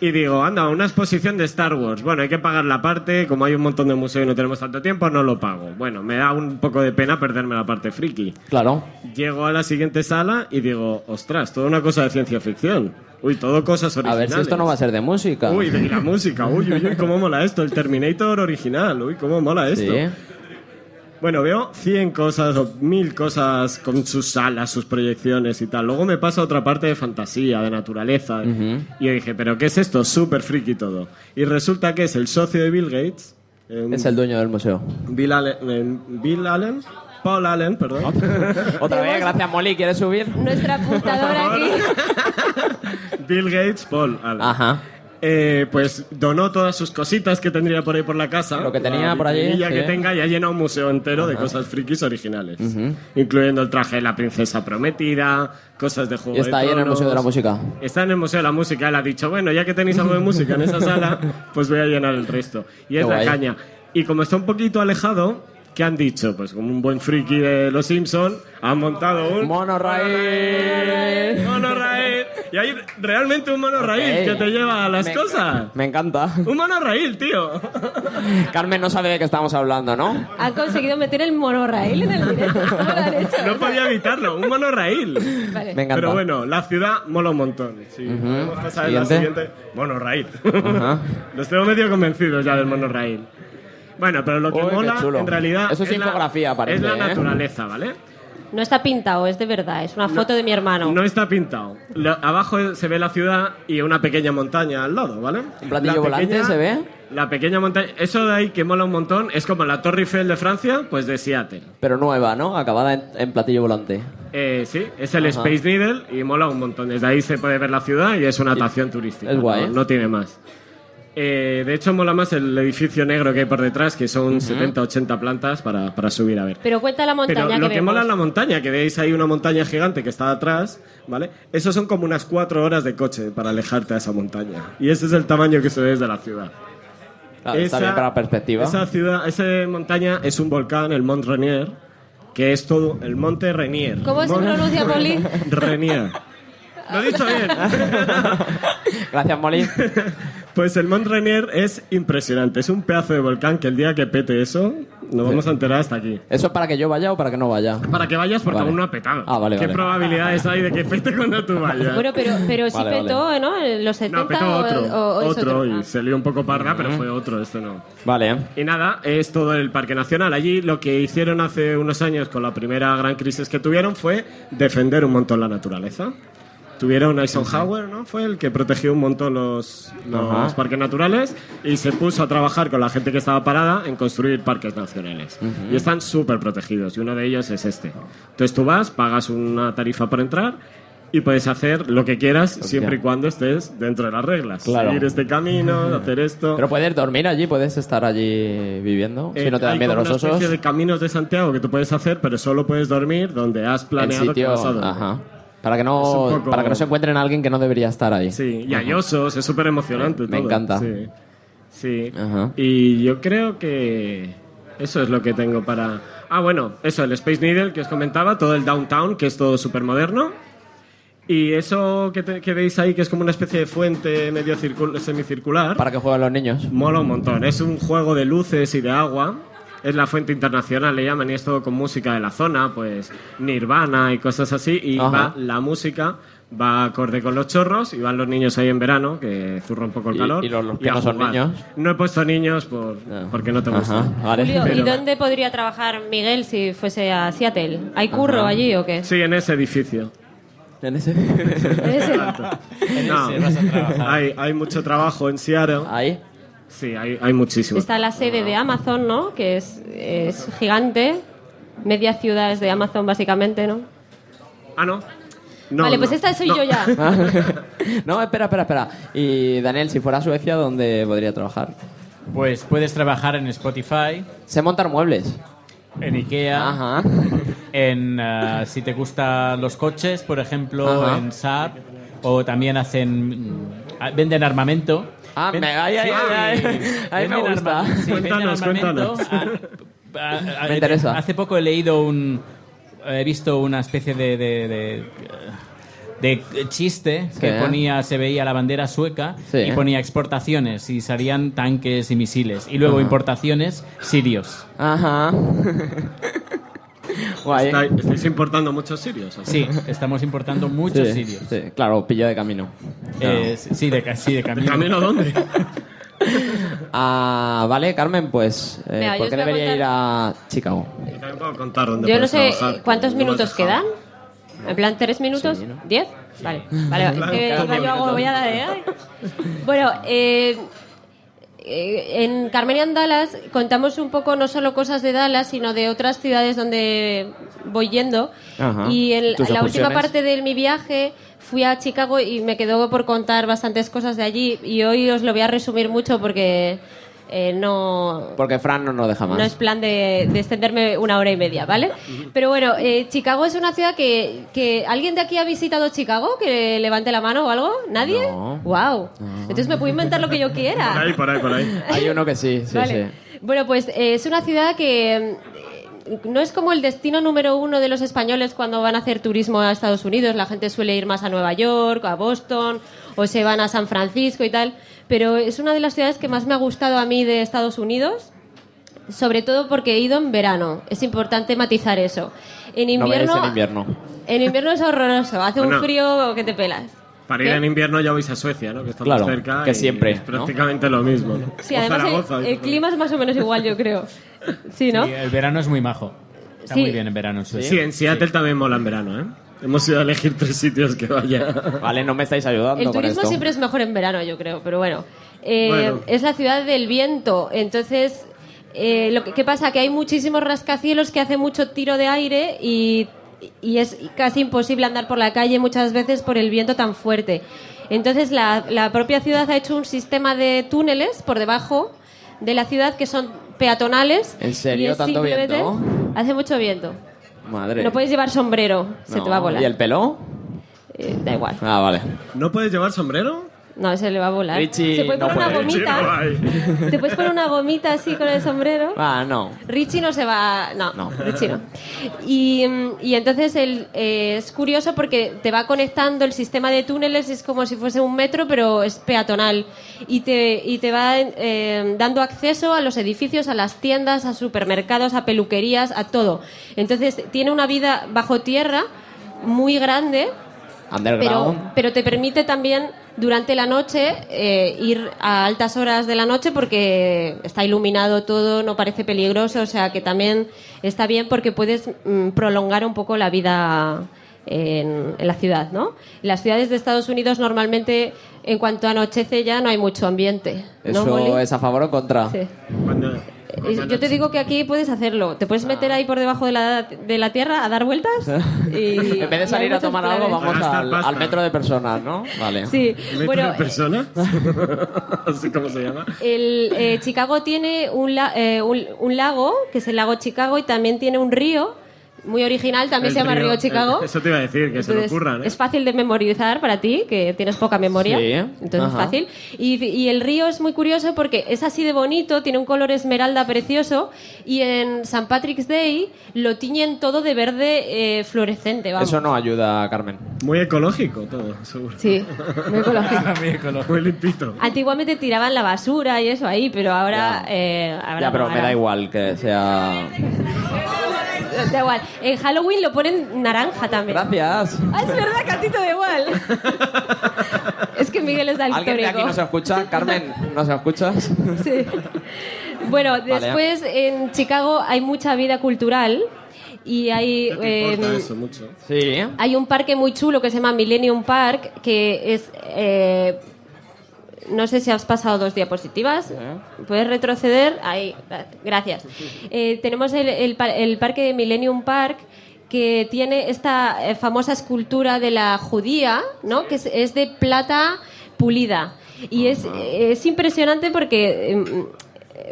S9: y digo, anda, una exposición de Star Wars. Bueno, hay que pagar la parte, como hay un montón de museos y no tenemos tanto tiempo, no lo pago. Bueno, me da un poco de pena perderme la parte friki.
S7: Claro.
S9: Llego a la siguiente sala y digo, ostras, toda una cosa de ciencia ficción. Uy, todo cosas
S7: A
S9: originales.
S7: ver si esto no va a ser de música.
S9: Uy, de la música, uy, uy, uy, cómo mola esto. El Terminator original, uy, cómo mola esto.
S7: Sí.
S9: Bueno, veo 100 cosas o mil cosas con sus salas, sus proyecciones y tal. Luego me pasa a otra parte de fantasía, de naturaleza. Y yo dije, ¿pero qué es esto? Súper friki todo. Y resulta que es el socio de Bill Gates. en-
S7: Es el dueño del museo.
S9: Bill Allen. en- Bill Allen. Paul Allen, perdón.
S7: Ah. Otra vez, gracias Molly, ¿quieres subir?
S8: Nuestra apuntadora aquí.
S9: Bill Gates, Paul Allen.
S7: Ajá.
S9: Eh, pues donó todas sus cositas que tendría por ahí por la casa.
S7: Lo que tenía
S9: la
S7: por allí,
S9: vitrinilla que
S7: sí.
S9: tenga y ha llenado un museo entero de
S7: Ajá.
S9: cosas frikis originales.
S7: Ujú.
S9: Incluyendo el traje de la princesa prometida, cosas de juego
S7: Y está
S9: de
S7: ahí en el
S9: Tronos.
S7: Museo de la Música.
S9: Está en el Museo de la Música. Él ha dicho, bueno, ya que tenéis algo de música en esa sala, pues voy a llenar el resto. Y
S7: Qué
S9: es la
S7: guay.
S9: caña. Y como está un poquito alejado, ¿qué han dicho? Pues como un buen friki de Los Simpson, han montado un...
S7: Monorail.
S9: Monorail. Y hay realmente un monorail
S7: Ok.
S9: que te lleva a las
S7: Me-
S9: cosas.
S7: Me encanta.
S9: Un monorail, tío.
S7: Carmen no sabe de qué estamos hablando, ¿no?
S8: Han conseguido meter el monorail en el directo. ¿Cómo lo han hecho?
S9: No podía evitarlo, un monorail.
S8: Vale.
S7: Me encanta.
S9: Pero bueno, la ciudad mola un montón. Sí,
S7: Ujú.
S9: podemos pasar a la
S7: Siguiente.
S9: siguiente. Monorail.
S7: Ajá.
S9: Los tengo medio convencidos ya del monorail. Bueno, pero lo que
S7: Uy, qué
S9: mola
S7: chulo.
S9: en realidad
S7: Eso es
S9: la-
S7: infografía, parece,
S9: es la
S7: ¿eh?
S9: naturaleza, ¿vale?
S8: No está pintado, es de verdad. Es una foto de mi hermano.
S9: No está pintado. Lo- abajo se ve la ciudad y una pequeña montaña al lado, ¿vale?
S7: Un platillo
S9: La
S7: volante
S9: pequeña-
S7: se ve,
S9: La pequeña montaña, eso de ahí que mola un montón, es como la Torre Eiffel de Francia, pues de Seattle.
S7: pero nueva, ¿no? Acabada en, en platillo volante.
S9: Eh, sí, es el
S7: Ajá.
S9: Space Needle y mola un montón. Desde ahí se puede ver la ciudad y es una atracción turística.
S7: es guay,
S9: ¿no?
S7: ¿eh?
S9: No tiene más. Eh, de hecho, mola más el edificio negro que hay por detrás, que son 70, 80 plantas para, para subir a ver.
S8: Pero cuenta la montaña
S9: Pero lo que,
S8: vemos.
S9: mola es la montaña, que veis ahí una montaña gigante que está atrás, ¿vale? Eso son como unas cuatro horas de coche para alejarte a esa montaña. Y ese es el tamaño que se ve desde la ciudad.
S7: Claro, está
S9: Esa-
S7: bien para la perspectiva.
S9: Esa ciudad, esa montaña es un volcán, el Mont Rainier, que es todo el Monte Rainier.
S8: ¿Cómo se
S9: Mont
S8: pronuncia, Poli?
S9: Rainier. Lo he dicho bien.
S7: Gracias, Molly.
S9: Pues el Mont Rainier es impresionante. Es un pedazo de volcán que el día que pete eso, nos vamos a enterar hasta aquí.
S7: ¿Eso es para que yo vaya o para que no vaya?
S9: Para que vayas porque
S7: Vale.
S9: aún no ha petado.
S7: Ah, vale,
S9: ¿Qué
S7: vale.
S9: probabilidades hay de que pete cuando tú vayas?
S8: Bueno, pero, pero sí
S9: Vale, vale.
S8: petó, ¿no? En los 70
S9: No, petó
S8: o-
S9: otro.
S8: o- o es
S9: otro,
S8: otro. Ah.
S9: y se lió un poco parra, pero fue otro, este no.
S7: Vale.
S9: Y nada, es todo el Parque Nacional. Allí lo que hicieron hace unos años con la primera gran crisis que tuvieron fue defender un montón la naturaleza. Tuvieron Eisenhower, ¿no? Fue el que protegió un montón los, los
S7: Ajá.
S9: parques naturales y se puso a trabajar con la gente que estaba parada en construir parques nacionales. Y están súper protegidos y uno de ellos es este. Entonces tú vas, pagas una tarifa por entrar y puedes hacer lo que quieras siempre y cuando estés dentro de las reglas.
S7: Claro.
S9: Seguir este camino, hacer esto.
S7: Pero puedes dormir allí, puedes estar allí viviendo.
S9: Eh,
S7: si no te dan
S9: hay
S7: miedo
S9: como
S7: los
S9: una
S7: osos.
S9: especie de caminos de Santiago que tú puedes hacer, pero solo puedes dormir donde has planeado
S7: sitio,
S9: que vas a dormir.
S7: ajá. Para que,
S9: Es
S7: no,
S9: un poco-
S7: para que no se encuentren a alguien que no debería estar ahí.
S9: Sí, y
S7: Ajá.
S9: hay osos, es súper emocionante.
S7: Me
S9: todo.
S7: encanta.
S9: Sí. Sí.
S7: Ajá.
S9: Y yo creo que eso es lo que tengo para. Ah, bueno, eso, el Space Needle que os comentaba, todo el downtown, que es todo súper moderno. Y eso que, te- que veis ahí, que es como una especie de fuente medio circul- semicircular.
S7: Para que jueguen los niños.
S9: Mola un montón. Es un juego de luces y de agua. Es la fuente internacional, le llaman, y es todo con música de la zona, pues Nirvana y cosas así. Y
S7: Ajá.
S9: va la música, va acorde con los chorros, y van los niños ahí en verano, que zurra un poco el
S7: Y-
S9: calor.
S7: y los- los que
S9: a
S7: no son
S9: jugar.
S7: niños. Ah.
S9: No he puesto niños por, porque no te
S7: Ajá,
S9: gustan.
S7: vale.
S8: Julio, ¿y
S9: Pero-
S8: dónde podría trabajar Miguel si fuese a Seattle? ¿Hay curro
S9: Ajá.
S8: allí o qué?
S9: Sí, en ese edificio.
S7: En ese.
S9: No.
S7: ese vas a trabajar.
S9: hay, hay mucho trabajo en Seattle.
S7: ¿Hay?
S9: Sí, hay, hay muchísimo.
S8: Está la sede de Amazon, ¿no? Que es, es gigante. Media ciudad es de Amazon, básicamente, ¿no?
S9: Ah, no. No,
S8: vale, pues
S9: no.
S8: esta soy
S9: No.
S8: yo ya.
S7: no, espera, espera, espera. Y Daniel, si fuera a Suecia, ¿dónde podría trabajar?
S5: Pues puedes trabajar en Spotify,
S7: Sé montar muebles.
S5: en Ikea, en eh, si te gustan los coches, por ejemplo,
S7: Ajá.
S5: en Saab, o también hacen mm, ah, venden armamento.
S7: Ah,
S5: Ven-
S7: me- ay, ay,
S5: sí,
S7: ay, ay. Ay, me
S5: venden
S7: gusta.
S5: arma- sí, venden
S7: Cuéntanos,
S5: armamento.
S7: cuéntanos.
S5: Ah, ah, ah,
S7: Me interesa.
S5: Hace poco he leído un he visto una especie de de, de- de chiste que
S7: Sí.
S5: ponía se veía la bandera sueca
S7: Sí.
S5: y ponía exportaciones y salían tanques y misiles y luego
S7: Ajá.
S5: importaciones sirios.
S7: Ajá. Guay.
S9: Está- estáis importando muchos sirios. ¿o qué?
S5: Sí, estamos importando muchos
S7: Sí,
S5: sirios.
S7: sí, claro, pillo de camino.
S5: Eh, sí, de, ca- sí, de camino.
S9: ¿Camino dónde?
S7: Ah, vale, Carmen, pues, eh,
S8: Mira, yo
S7: ¿por
S8: os
S7: qué
S8: voy a
S7: debería ir a Chicago?
S9: También puedo contar dónde
S8: Yo no
S9: puedes
S8: sé eh,
S9: trabajar.
S8: cuántos
S9: ¿Dónde
S8: minutos
S9: vas a trabajar?
S8: quedan. ¿En plan tres minutos? ¿Diez? Vale, vale. vale. Es que
S9: Claro,
S8: iba yo
S9: claro.
S8: hago- voy a dar, ¿eh? Bueno, eh, eh, en Carmenian Dallas contamos un poco no solo cosas de Dallas, sino de otras ciudades donde voy yendo.
S13: Ajá.
S8: Y en
S13: Tus
S8: la última
S13: excursiones.
S8: parte de mi viaje fui a Chicago y me quedó por contar bastantes cosas de allí. Y hoy os lo voy a resumir mucho porque eh, no,
S7: Porque Fran no nos deja más.
S8: no es plan de, de extenderme una hora y media, ¿vale? Pero bueno, eh, Chicago es una ciudad que, que- ¿Alguien de aquí ha visitado Chicago? ¿Que levante la mano o algo? ¿Nadie?
S7: No.
S8: ¡Wow! Entonces me puedo inventar lo que yo quiera.
S7: Por ahí, por ahí, por ahí. Hay uno que sí, sí,
S8: Vale. Bueno, pues eh, es una ciudad que mm, no es como el destino número uno de los españoles cuando van a hacer turismo a Estados Unidos. La gente suele ir más a Nueva York, a Boston, o se van a San Francisco y tal. Pero es una de las ciudades que más me ha gustado a mí de Estados Unidos, sobre todo porque he ido en verano. Es importante matizar eso. En
S7: sí. No vayáis
S8: invierno,
S7: en invierno.
S8: en invierno es horroroso. Hace
S9: Bueno.
S8: un frío que te pelas.
S9: Para ir en invierno ya vais a Suecia, ¿no? Que está
S7: Claro,
S9: más cerca.
S7: que
S9: y
S7: siempre,
S9: Es
S7: ¿no?
S9: prácticamente lo mismo. ¿no?
S8: Sí,
S9: O
S8: además
S9: Zaragoza, ¿eh?
S8: el,
S9: yo
S8: el
S9: creo.
S8: clima es más o menos igual, yo creo. Sí, ¿no?
S5: Sí, el verano es muy majo. Está
S8: Sí.
S5: muy bien en verano. en Suecia.
S9: Sí, en Seattle también mola en verano, ¿eh? Hemos ido a elegir tres sitios que vaya.
S7: Vale, no me estáis ayudando
S8: El turismo siempre es mejor en verano, yo creo, pero bueno. Eh,
S7: Bueno.
S8: Es la ciudad del viento, entonces, eh, lo que, ¿qué pasa? Que hay muchísimos rascacielos que hacen mucho tiro de aire y, y es casi imposible andar por la calle muchas veces por el viento tan fuerte. Entonces, la, la propia ciudad ha hecho un sistema de túneles por debajo de la ciudad que son peatonales.
S7: ¿En
S8: y
S7: serio
S8: es
S7: tanto
S8: simplemente-
S7: viento?
S8: Hace mucho viento.
S7: Madre.
S8: No puedes llevar sombrero, se
S7: No.
S8: te va a volar. Eh,
S7: ¿Y el pelo?
S8: da igual.
S7: Ah, vale.
S9: ¿No puedes llevar sombrero?
S8: No, se le va a volar.
S7: Richie,
S8: se puede
S7: no
S8: poner una
S7: puede.
S8: gomita. Te puedes poner una gomita así con el sombrero.
S7: Ah, no.
S8: Richie no se va. No,
S7: No.
S8: Richie no. Y, mm, y entonces el, eh, es curioso porque te va conectando el sistema de túneles, es como si fuese un metro, pero es peatonal. Y te, y te va eh, dando acceso a los edificios, a las tiendas, a supermercados, a peluquerías, a todo. Entonces tiene una vida bajo tierra muy grande.
S7: Underground.
S8: Pero, pero te permite también durante la noche eh, ir a altas horas de la noche porque está iluminado todo, no parece peligroso, o sea que también está bien porque puedes mm, prolongar un poco la vida en, en la ciudad, ¿no? En las ciudades de Estados Unidos normalmente en cuanto anochece ya no hay mucho ambiente. ¿no, Molly?
S7: ¿Eso es a favor o contra?
S8: Sí. Eh, Yo te digo que aquí puedes hacerlo. Te puedes meter ahí por debajo de la, de la tierra a dar vueltas. Y,
S7: en vez de salir a tomar algo, vamos al, al metro de personas, ¿no? Vale.
S8: Sí,
S9: ¿Metro
S8: bueno,
S9: de personas? Así como se llama.
S8: El, eh, Chicago tiene un, la- eh, un, un lago, que es el lago Chicago, y también tiene un río, muy original, también
S9: El
S8: se llama Río Chicago.
S9: Eso te iba a decir, que se lo
S8: Entonces,
S9: ocurran, ¿eh?
S8: Es fácil de memorizar para ti, que tienes poca memoria.
S9: Sí,
S8: Entonces es
S9: ajá.
S8: fácil. Y, y el río es muy curioso porque es así de bonito, tiene un color esmeralda precioso y en San Patrick's Day lo tiñen todo de verde eh, fluorescente. Vamos.
S7: Eso no ayuda, Carmen.
S9: Muy ecológico todo, seguro.
S8: Sí, muy ecológico.
S9: muy ecológico. Muy limpito.
S8: Antiguamente tiraban la basura y eso ahí, pero ahora... eh, ahora
S7: Ya,
S8: no,
S7: pero me
S8: ahora-
S7: da igual que sea.
S8: Da igual. En Halloween lo ponen naranja también.
S7: Gracias.
S8: Ah, es verdad que a ti te da igual. es que Miguel es
S7: ¿Alguien de aquí
S8: daltónico.
S7: no se escucha? Carmen, ¿no se escuchas?
S8: Sí. Bueno,
S7: Vale.
S8: después en Chicago hay mucha vida cultural y hay... eh,
S9: mucho.
S7: Sí.
S8: hay un parque muy chulo que se llama Millennium Park, que es... eh, no sé si has pasado dos diapositivas. ¿Puedes retroceder? Ahí, gracias. Eh, tenemos el, el par- el parque de Millennium Park que tiene esta eh, famosa escultura de la judía, ¿no? que es, es de plata pulida. Y es, es impresionante porque em,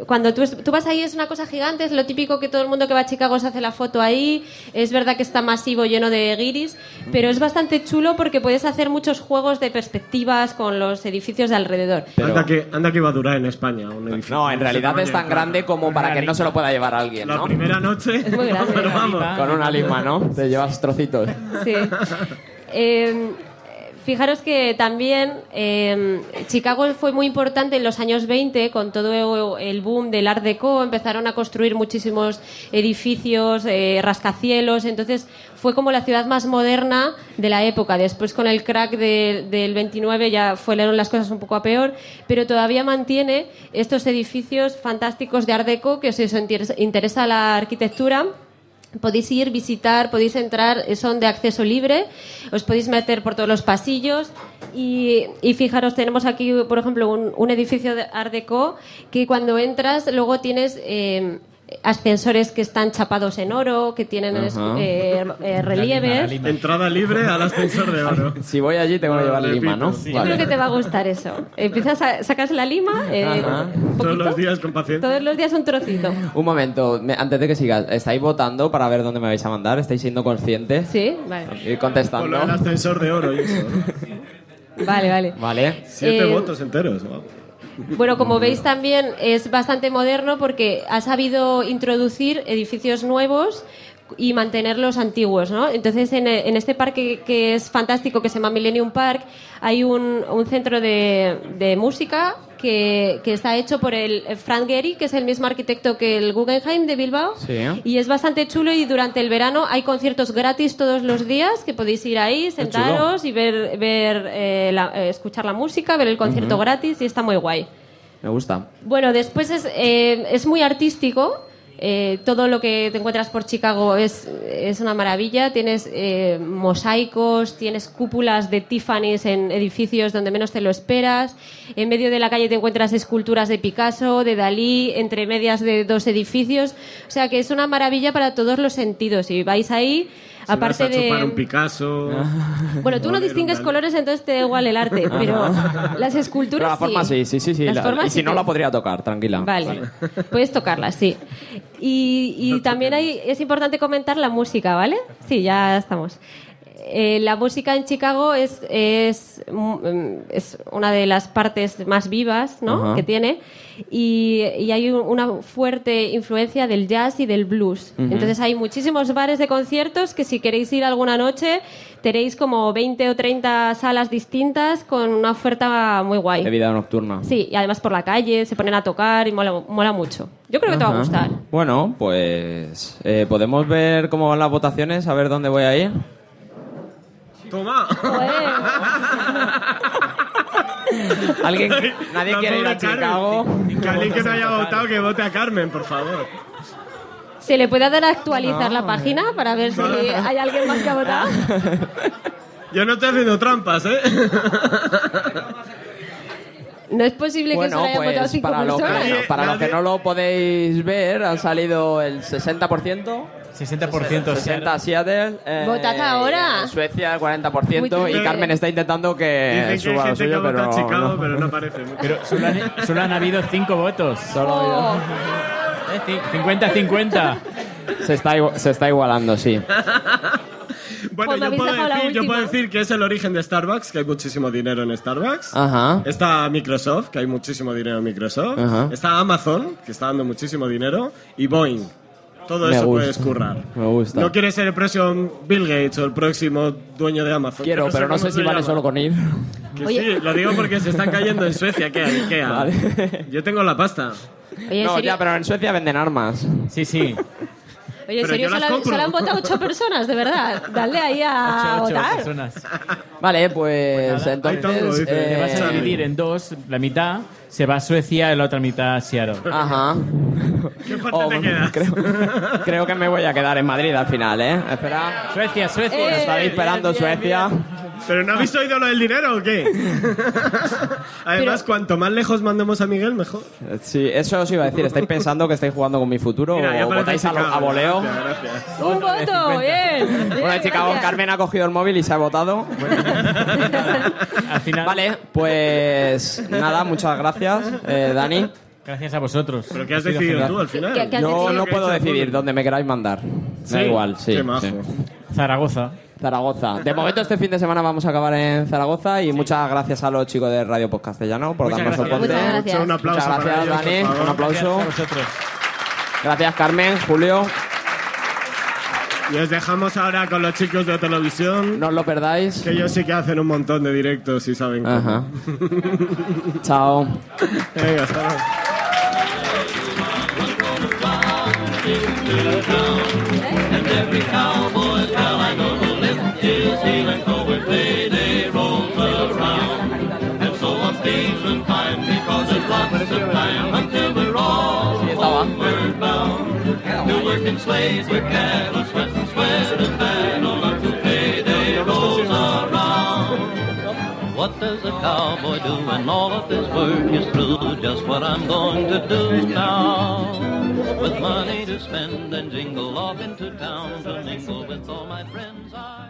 S8: cuando tú, es- tú vas ahí es una cosa gigante, es lo típico que todo el mundo que va a Chicago se hace la foto ahí, es verdad que está masivo, lleno de guiris, pero es bastante chulo porque puedes hacer muchos juegos de perspectivas con los edificios de alrededor.
S9: Anda, que, anda que va a durar en España un edificio.
S7: No, en
S9: de ese
S7: realidad
S9: tamaño,
S7: es tan
S9: claro.
S7: grande como para que no se lo pueda llevar alguien, ¿no? La
S9: primera noche. Es
S8: muy grande.
S9: Ah,
S7: Con una lima, ¿no? Te llevas trocitos.
S8: Sí. Eh, fijaros que también eh, Chicago fue muy importante en los años 20 con todo el boom del Art Deco. Empezaron a construir muchísimos edificios, eh, rascacielos. Entonces fue como la ciudad más moderna de la época. Después con el crack de- del 29 ya fueron las cosas un poco a peor, pero todavía mantiene estos edificios fantásticos de Art Deco que si os inter- interesa la arquitectura. Podéis ir, visitar, podéis entrar, eh, son de acceso libre, os podéis meter por todos los pasillos y, y fijaros, tenemos aquí, por ejemplo, un, un edificio de Art Deco que cuando entras luego tienes eh, ascensores que están chapados en oro, que tienen es-
S7: Ajá.
S8: eh, eh, relieves.
S9: Entrada libre al ascensor de oro.
S7: Si voy allí, tengo que llevar
S9: Repito,
S7: lima, ¿no?
S9: sí.
S8: Yo creo que te va a gustar eso. Empiezas a sacas la lima eh,
S7: Ajá.
S9: Todos los días con paciencia.
S8: todos los días un trocito.
S7: Un momento, me- antes de que sigas, ¿estáis votando para ver dónde me vais a mandar? ¿Estáis siendo conscientes?
S8: Sí, vale.
S7: Ir
S9: Con lo del
S7: contestando.
S9: ascensor de oro y eso. ¿no?
S8: Vale, vale.
S7: Vale.
S9: Siete
S8: Eh,
S9: votos enteros. guau.
S8: Bueno, como veis también es bastante moderno porque ha sabido introducir edificios nuevos y mantener los antiguos, ¿no? Entonces, en, en este parque que es fantástico, que se llama Millennium Park, hay un, un centro de, de música que, que está hecho por el Frank Gehry, que es el mismo arquitecto que el Guggenheim de Bilbao.
S7: Sí.
S8: Y es bastante chulo y durante el verano hay conciertos gratis todos los días que podéis ir ahí, sentaros y ver, ver eh, la- eh, escuchar la música, ver el concierto
S7: Ujú.
S8: gratis y está muy guay.
S7: Me gusta.
S8: Bueno, después es, eh, es muy artístico. eh, todo lo que te encuentras por Chicago es, es una maravilla. Tienes eh, mosaicos, tienes cúpulas de Tiffany's en edificios donde menos te lo esperas. En medio de la calle te encuentras esculturas de Picasso, de Dalí, entre medias de dos edificios. O sea que es una maravilla para todos los sentidos. Si vais ahí,
S9: Si vas
S8: aparte
S9: a
S8: de.
S9: chupar un Picasso.
S8: Bueno, tú no distingues colores, entonces te da igual el arte, pero
S7: Ajá.
S8: las
S7: Pero
S8: esculturas.
S7: la forma sí, sí, sí. sí.
S8: Las
S7: la-
S8: formas
S7: y si
S8: sí
S7: no,
S8: que-
S7: la podría tocar, tranquila.
S8: Vale. Puedes tocarla, sí. Y, y también hay, es importante comentar la música, ¿vale? Sí, ya estamos. eh, la música en Chicago es, es, mm, es una de las partes más vivas ¿no?
S13: Ajá.
S8: que tiene y, y hay un- una fuerte influencia del jazz y del blues.
S13: Ujú.
S8: Entonces hay muchísimos bares de conciertos que si queréis ir alguna noche tenéis como 20 o 30 salas distintas con una oferta muy guay.
S7: De vida nocturna.
S8: Sí, y además por la calle se ponen a tocar y mola, mola mucho. Yo creo que te va a
S7: Ajá.
S8: gustar.
S7: Bueno, pues eh, podemos ver cómo van las votaciones, a ver dónde voy a ir.
S9: Toma.
S7: Alguien, nadie
S9: La
S7: quiere ir
S9: pobre
S7: a
S9: Carmen.
S7: Chicago.
S9: Que alguien que no haya votado que vote a Carmen, por favor.
S8: ¿Se le puede dar a actualizar
S9: No.
S8: la página para ver si hay alguien más que ha votado?
S9: Yo no estoy haciendo trampas, ¿eh?
S8: No es posible que
S7: Bueno,
S8: solo haya votado
S7: pues
S8: cinco
S7: para los,
S8: personas.
S7: que, para los que no lo podéis ver, ha salido el 60%.
S5: 60%
S7: 60 Seattle. eh,
S8: Votad ahora.
S7: en Suecia el 40%
S8: Muy
S7: y
S8: triste.
S7: Carmen está intentando
S9: Dicen
S7: que
S9: que
S7: Eh, suba
S9: hay
S7: lo
S9: gente que
S7: suyo,
S9: ha votado
S7: pero
S9: a Chicago,
S7: no.
S9: pero no aparece.
S5: Pero solo han, solo han habido cinco votos.
S7: ha
S8: Oh.
S7: habido-
S5: Eh, ci- 50-50.
S8: Oh.
S7: Se está, igu- se está igualando, sí.
S9: Bueno,
S8: Pues me
S9: yo
S8: habéis
S9: puedo,
S8: dejado la
S9: decir, yo
S8: última.
S9: puedo decir que es el origen de Starbucks, que hay muchísimo dinero en
S7: Ah.
S9: Starbucks.
S7: Ajá.
S9: Está Microsoft, que hay muchísimo dinero en Microsoft.
S7: Ajá.
S9: Está Amazon, que está dando muchísimo dinero. Y Boeing. Todo
S7: Me
S9: eso
S7: gusta.
S9: puedes currar.
S7: Me gusta.
S9: No quieres ser el próximo Bill Gates o el próximo dueño de Amazon.
S7: Quiero,
S9: que
S7: pero no
S9: cómo
S7: sé
S9: se
S7: si vale
S9: llama.
S7: solo con ir.
S9: Que
S8: Oye.
S9: sí, lo digo porque se están cayendo en Suecia. ¿Qué hay? ¿Qué hay? Yo tengo la pasta.
S8: Oye, ¿en
S7: no,
S8: serio?
S7: ya, pero en Suecia venden armas.
S5: Sí, sí.
S8: Oye, ¿en
S7: Pero
S8: serio
S7: yo las
S8: solo, han-
S7: compro.
S8: solo han votado ocho personas? De verdad, dale ahí a
S5: Ocho, ocho
S8: votar.
S5: personas.
S7: Vale, pues
S5: Entonces,
S7: entonces...
S5: te vas a
S7: eh,
S5: dividir en dos. La mitad se va a Suecia y la otra mitad a Seattle.
S7: Ajá. Oh, creo, creo que me voy a quedar en Madrid al final, ¿eh? Espera.
S5: Suecia, Suecia.
S7: Me está disparando Suecia.
S9: ¿Pero no habéis oído lo del dinero o qué? Además, cuanto más lejos mandemos a Miguel, mejor.
S7: Eh, Sí, eso os iba a decir. ¿Estáis pensando que estáis jugando con mi futuro
S9: Mira, ya este
S7: o
S9: parece
S7: votáis a, lo-
S9: Chicago.
S7: a voleo?
S8: Un voto, bien.
S7: Bueno, Chicago, Carmen ha cogido el móvil y se ha votado. Vale, pues nada, muchas gracias, eh, Dani.
S5: Gracias a vosotros.
S9: ¿Pero qué has decidido tú al final?
S8: ¿Qué- qué has
S7: Yo
S8: decidido?
S7: no
S8: ¿Qué ha
S7: puedo
S8: hecho el
S7: decidir dónde me queráis mandar.
S9: Sí,
S7: Da igual, sí.
S9: qué majo.
S7: sí.
S5: Zaragoza.
S7: Zaragoza. De momento este fin de semana vamos a acabar en Zaragoza y muchas gracias a los chicos de Radio Post Castellano por darnos soporte.
S9: Un aplauso
S7: Muchas
S9: para
S7: gracias,
S9: ellos, por
S7: Dani.
S9: favor.
S7: Un aplauso. Gracias, Carmen, Julio.
S9: Y os dejamos ahora con los chicos de televisión.
S7: No os lo perdáis.
S9: Que ellos sí que hacen un montón de directos y saben cómo.
S7: Ajá. Chao.
S9: Venga, hasta luego.
S6: And every cowboy girl I know will lift his heel and go with Payday rolls around. And so I'm pleased and fine because there's lots of time until we're all homeward bound. New working slaves with cattle, sweat and sweat and battle until Payday rolls around. What does a cowboy do when all of his work is through? Just what I'm going to do now with money to spend and jingle off into town to mingle with all my friends. I